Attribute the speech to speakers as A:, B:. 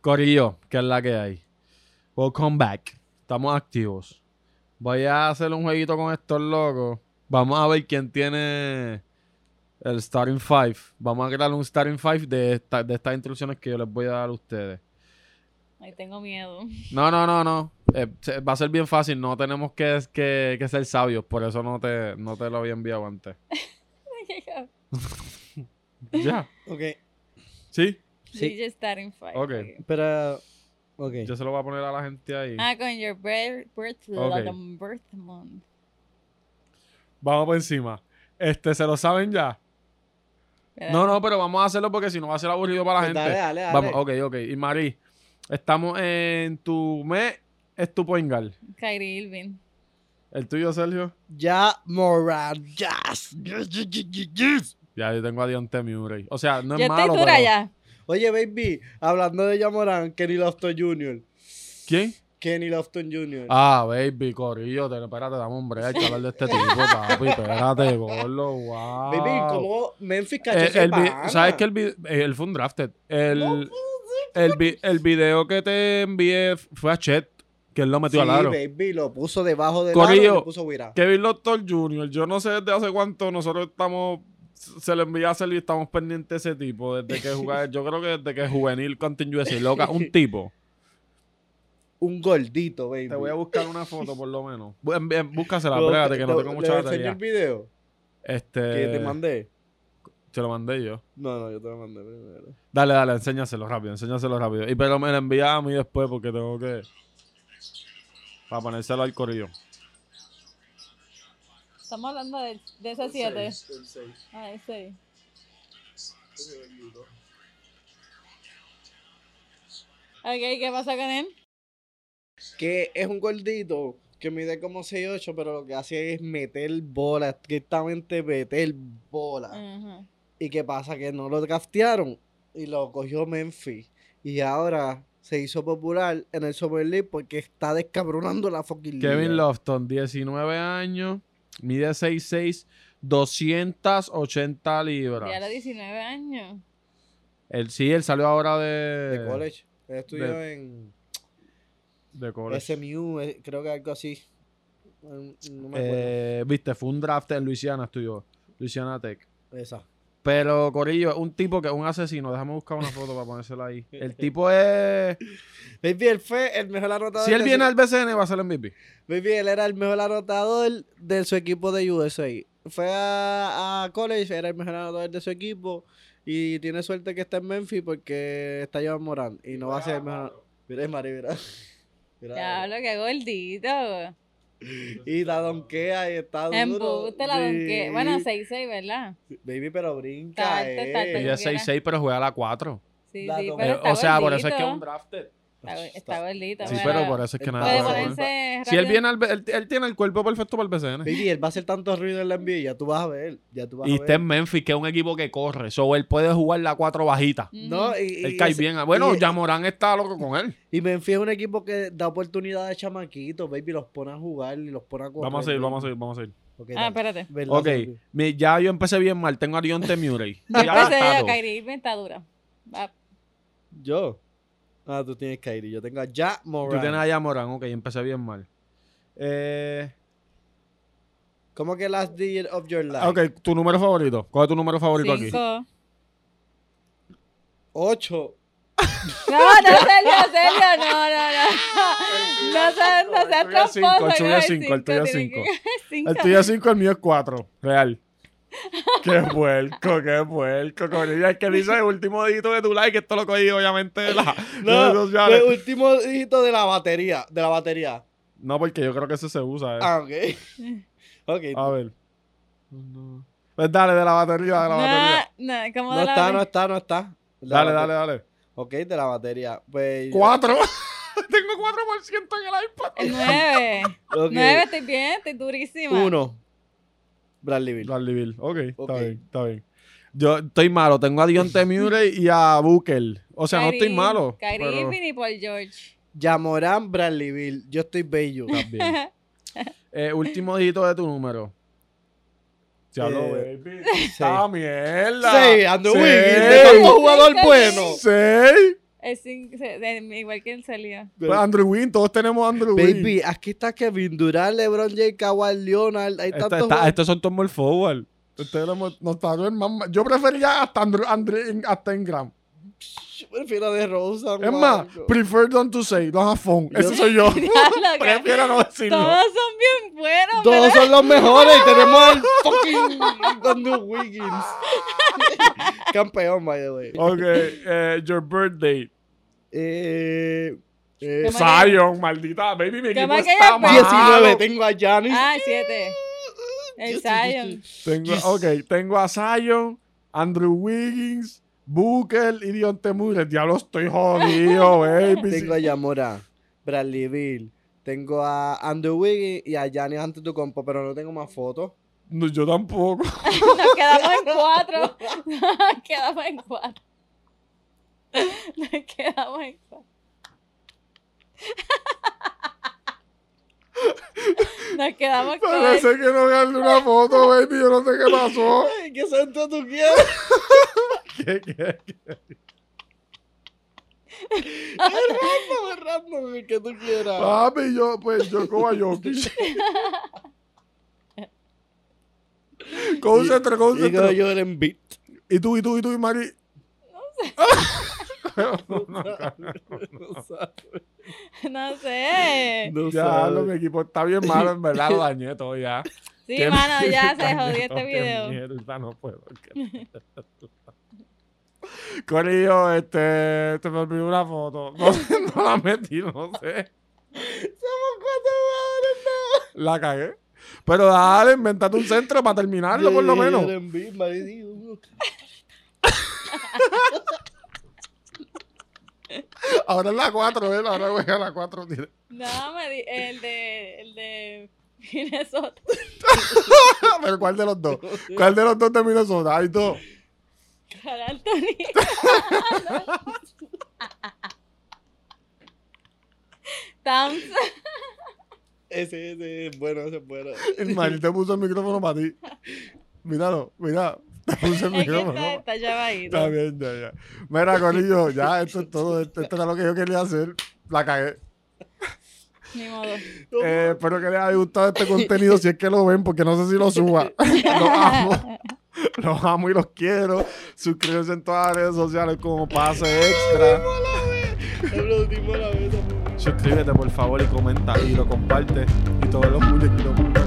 A: Corillo, que es la que hay. Welcome back. Estamos activos. Voy a hacer un jueguito con estos locos. Vamos a ver quién tiene el starting five. Vamos a crear un starting five de, esta- de estas instrucciones que yo les voy a dar a ustedes.
B: Ay, tengo miedo.
A: No, no, no, no. Eh, se- va a ser bien fácil. No tenemos que, que- que ser sabios. Por eso no te, no te lo había enviado antes. ¿Ya?
C: Ok,
A: ¿Sí?
C: Sí.
B: DJ starting fight.
A: Ok.
C: pero. Ok.
A: Yo se lo voy a poner a la gente ahí.
B: Ah, con your birth, birth,
A: Ok.
B: birth month.
A: Vamos por encima. Este, ¿se lo saben ya?
B: Espera.
A: No, no, pero vamos a hacerlo porque si no va a ser aburrido para la
C: Pues
A: gente.
C: Dale, dale, dale.
A: Vamos, ok, ok. Y Mari, estamos en tu mes, es tu point guard.
B: Kyrie Irving.
A: El tuyo, Sergio.
C: Ya, Moran. Yes. Yes, yes, yes, yes, yes.
A: Ya, yo tengo a Dionte Murray. O sea, no es
B: Yo estoy
A: malo,
B: dura
A: pero-
B: ya.
C: Oye, baby, hablando de ya Moran, Kenny Lofton Jr.
A: ¿Quién?
C: Kenny Lofton Jr.
A: Ah, baby, corillo, te, espérate, dame un break, chaval de este tipo, papi, espérate, gordo, wow.
C: Baby, ¿cómo Memphis cachó
A: Eh,
C: ese
A: el vi-
C: pana?
A: ¿Sabes que el video, él fue un drafted? El, el, vi- el video que te envié f- fue a Chet, que él lo metió
C: sí,
A: al aro.
C: baby, lo puso debajo del
A: Corillo.
C: aro y lo puso Wira.
A: Kevin Lottor Jr., yo no sé desde hace cuánto nosotros estamos, se le envía a Sergio y estamos pendientes de ese tipo, desde que jugaba, yo creo que desde que juvenil continúe así, loca, un tipo.
C: Un gordito, baby.
A: Te voy a buscar una foto por lo menos. Bu- en- en- Búscasela,
C: Lo-
A: espérate, que no
C: lo-
A: tengo mucha
C: ¿Le enseñé el
A: batería.
C: video que te
A: Este,
C: mandé?
A: te lo mandé yo.
C: No, no, yo te lo mandé primero.
A: Dale, dale, enséñaselo rápido, enséñaselo rápido. Y pero me lo envía a mí después porque tengo que. Para ponérselo al corrillo.
B: Estamos hablando de, de ese 7. Ah, ese. Ok, ¿qué pasa con él?
C: Que es un gordito que mide como 6'8", pero lo que hace es meter bola, estrictamente meter bola.
B: Ajá.
C: ¿Y qué pasa? Que no lo draftearon y lo cogió Memphis. Y ahora se hizo popular en el Summer League porque está descabronando la fucking
A: Kevin
C: liga.
A: Lofton, 19 años, mide 6'6, 280
B: Ya a
A: libras.
B: los 19 años.
A: Él, sí, él salió ahora de.
C: De college. Él estudió en
A: de college.
C: SMU, eh, creo que algo así. No no me acuerdo.
A: Eh, Viste, fue un draft en Luisiana, estudió. Luisiana Tech.
C: Esa.
A: Pero, Corillo, es un tipo que es un asesino. Déjame buscar una foto para ponérsela ahí. El tipo es.
C: Baby, él fue el mejor anotador.
A: Si él
C: de
A: viene
C: su-
A: al BCN, va a ser el MVP.
C: Baby, él era el mejor anotador de su equipo de USA. Fue a, a college, era el mejor anotador de su equipo. Y tiene suerte que está en Memphis porque está Joan Morán. Y no va a ser el mejor. Mira, es Mari, mira. Mira,
B: Ya hablo que gordito.
C: Y la donkea y está duro.
B: Embuste la
C: Sí.
B: donque. Bueno, 6-6, ¿verdad?
C: Baby, pero brinca.
B: Está alto, está alto.
C: eh.
A: Ella es
B: quiera.
A: 6'6, pero juega a la 4.
B: Sí,
C: La
B: sí,
C: donque.
B: pero
A: Eh,
B: está
A: o sea,
B: gordito.
A: por eso es que es un drafted.
B: Está, go- está gordito.
A: Sí,
B: bueno.
A: pero por eso es que
C: Él
A: nada.
B: Puede
C: Ah,
A: va a
C: bueno.
A: ser.
B: ponerse
A: Si él
B: rápido.
A: viene al be- él, él tiene el cuerpo perfecto para el BCN.
C: Baby, él va a hacer tanto ruido en la NBA. Ya tú vas a ver. Ya tú vas
A: Y
C: a ver.
A: está en Memphis, que es un equipo que corre. So, él puede jugar la 4 bajita.
B: Ujú. Ah,
C: No, y, y-
A: Él cae
C: y-
A: bien. a- Bueno,
C: y-
A: ya Morán está loco con él.
C: Y Memphis es un equipo que da oportunidad a chamaquitos, baby, los pone a jugar y los pone a correr.
A: Vamos a seguir,
C: baby.
A: vamos a seguir, vamos a seguir.
C: Ok,
B: Ah,
C: dale.
B: espérate.
C: ¿Verdad,
A: Ok,
C: baby?
A: mi- ya yo empecé bien mal. Tengo a Dionte Murray.
B: Yo
A: Ya
B: empecé a
A: gastado.
B: Kyrie Irving está dura. Va,
C: Yo. Ah, tú tienes Kyrie. Yo tengo a Ja
A: Tú
C: Morant.
A: tienes a Ya Morán. Ok, empecé bien mal. Eh,
C: ¿Cómo que last year of your life?
A: ok, tu número favorito. ¿Cuál es tu número favorito aquí?
B: cinco.
C: Ocho.
B: No, no, Sergio, Sergio, no, no, no. No seas, no seas
A: El tuyo es cinco,
B: tramposo.
A: el tuyo
B: que
A: es
B: hay
A: cinco, el tuyo es
B: tiene que- cinco.
A: El tuyo es 5, el mío es 4. Real. Qué puerco, qué puerco. Corillo, es que dice el último dedito de tu like. Esto lo cogí, obviamente, de la- de las
C: No,
A: redes sociales.
C: el último dígito de la batería. De la batería.
A: No, porque yo creo que eso se usa. eh.
C: Ah, ok. Ok.
A: A ver. Pues dale, de la batería, de la batería.
B: No, no, ¿cómo
C: No
B: de la
C: está, no
B: batería?
C: está, no está. La
A: Dale,
C: bate-
A: dale, dale.
C: Ok, de la batería. Pues,
A: 4. Tengo 4% en el iPad.
B: El nueve.
C: ok,
B: Nueve, estoy bien, estoy durísima.
C: Uno. Bradley Bill.
A: Bradley Bill. Ok, está
C: Ok.
A: bien, está bien. Yo estoy malo. Tengo a Dionte Murray y a Booker. O sea, no estoy
B: Kyrie-
A: malo.
B: Kyrie
A: pero-
B: Irving y Paul George.
C: Yamorán Bradley Bill. Yo estoy bello.
A: También. Eh, último dígito de tu número. Se habló,
C: Eh,
A: baby.
C: seis.
A: ¡Ah, mierda!
C: Sí, Andrew
A: Seis.
C: Wiggins. De tanto jugador
B: Seis.
C: bueno.
A: ¡Seis!
B: El cinco- se- de- igual que el Celia.
A: Pues Andrew Wynn, todos tenemos Andrew Wynn.
C: Baby, aquí está Kevin Durant, LeBron James, Kawhi Leonard. Hay
A: Esta-
C: tantos
A: esta-
C: jugadores.
A: Este estos son todos el forward. Ustedes lo hemos- nos tardó el más- más- Yo prefería hasta Andrew, Andre- hasta Ingram.
C: Yo prefiero de Rosa.
A: Es más, prefer don't to say, don't have fun.
C: Yo-
A: Eso soy yo.
B: Diablo, que-
A: Prefiero no decirlo.
B: Todos son bien buenos,
C: Todos
B: ¿verdad?
C: son los mejores. y Tenemos al fucking Andrew Wiggins. Campeón, by the way.
A: Ok, eh, your birthday.
C: Eh, eh,
B: ¿Qué más?
A: Zion, maldita. Baby, mi
B: ¿Qué pues.
A: equipo
B: más que
A: está
B: hay?
A: malo.
C: 19, tengo a Giannis.
B: Ah, siete. El
C: Dios,
B: Zion.
A: Tengo, ok, tengo a Zion, Andrew Wiggins, Booker y Dionte Murray. Diablo, estoy jodido, baby.
C: Tengo a Yamora, Bradley Bill, tengo a Andrew Wiggins y a Giannis antes tu compo, pero no tengo más fotos.
A: No, yo tampoco.
B: Nos quedamos en cuatro. Nos quedamos en cuatro. Nos quedamos en cuatro. Nos quedamos
A: Parece
B: con
A: que no darle una foto, baby. Yo no sé qué pasó.
C: Ay, ¿Qué santo tú quieres?
A: ¿Qué, qué, qué?
C: Es random, es random, el que tú quieras.
A: Papi, yo, pues, yo como a Jokic. Concentra,
C: y yo
A: concentra.
C: yo era en beat.
A: Y tú, y tú, y tú, y Mari.
C: No sabe,
B: No sé.
C: no
A: Ya, lo, mi
C: sabe.
A: equipo está bien malo, en verdad lo dañé todo ya.
B: Sí,
A: Qué
B: mano, ya
A: mierda,
B: se jodió este
A: qué
B: video.
A: mierda, no puedo. qué mierda. Corillo, este, te me olvidó una foto. No, sé, no la metí, no sé. La cagué. Pero dale, inventate un centro para terminarlo, por lo
C: Yo
A: menos.
C: era en beat, marido.
A: Ahora es la 4, ¿eh? Ahora voy a la 4.
B: No, me di- el de, el de Minnesota.
A: Pero ¿cuál de los dos? ¿Cuál de los dos de Minnesota? Hay dos.
B: Carl Anthony. Towns.
C: Ese, ese es bueno, ese es bueno.
A: El Mari te puso el micrófono para ti. Míralo, mira. Te puso el
B: Es que está,
A: micrófono.
B: está ya bajito.
A: Está bien, ya, ya. Mira, Corillo, ya, esto es todo. Esto, esto era lo que yo quería hacer. La cagué.
B: Ni modo.
A: Eh, espero que les haya gustado este contenido. Si es que lo ven, porque no sé si lo suba. Los amo. Los amo y los quiero. Suscríbanse en todas las redes sociales como Pase Extra.
C: Aplaudimos la vez. aplaudimos.
A: Suscríbete, por favor, y comenta y lo comparte. Y todos los muñequitos.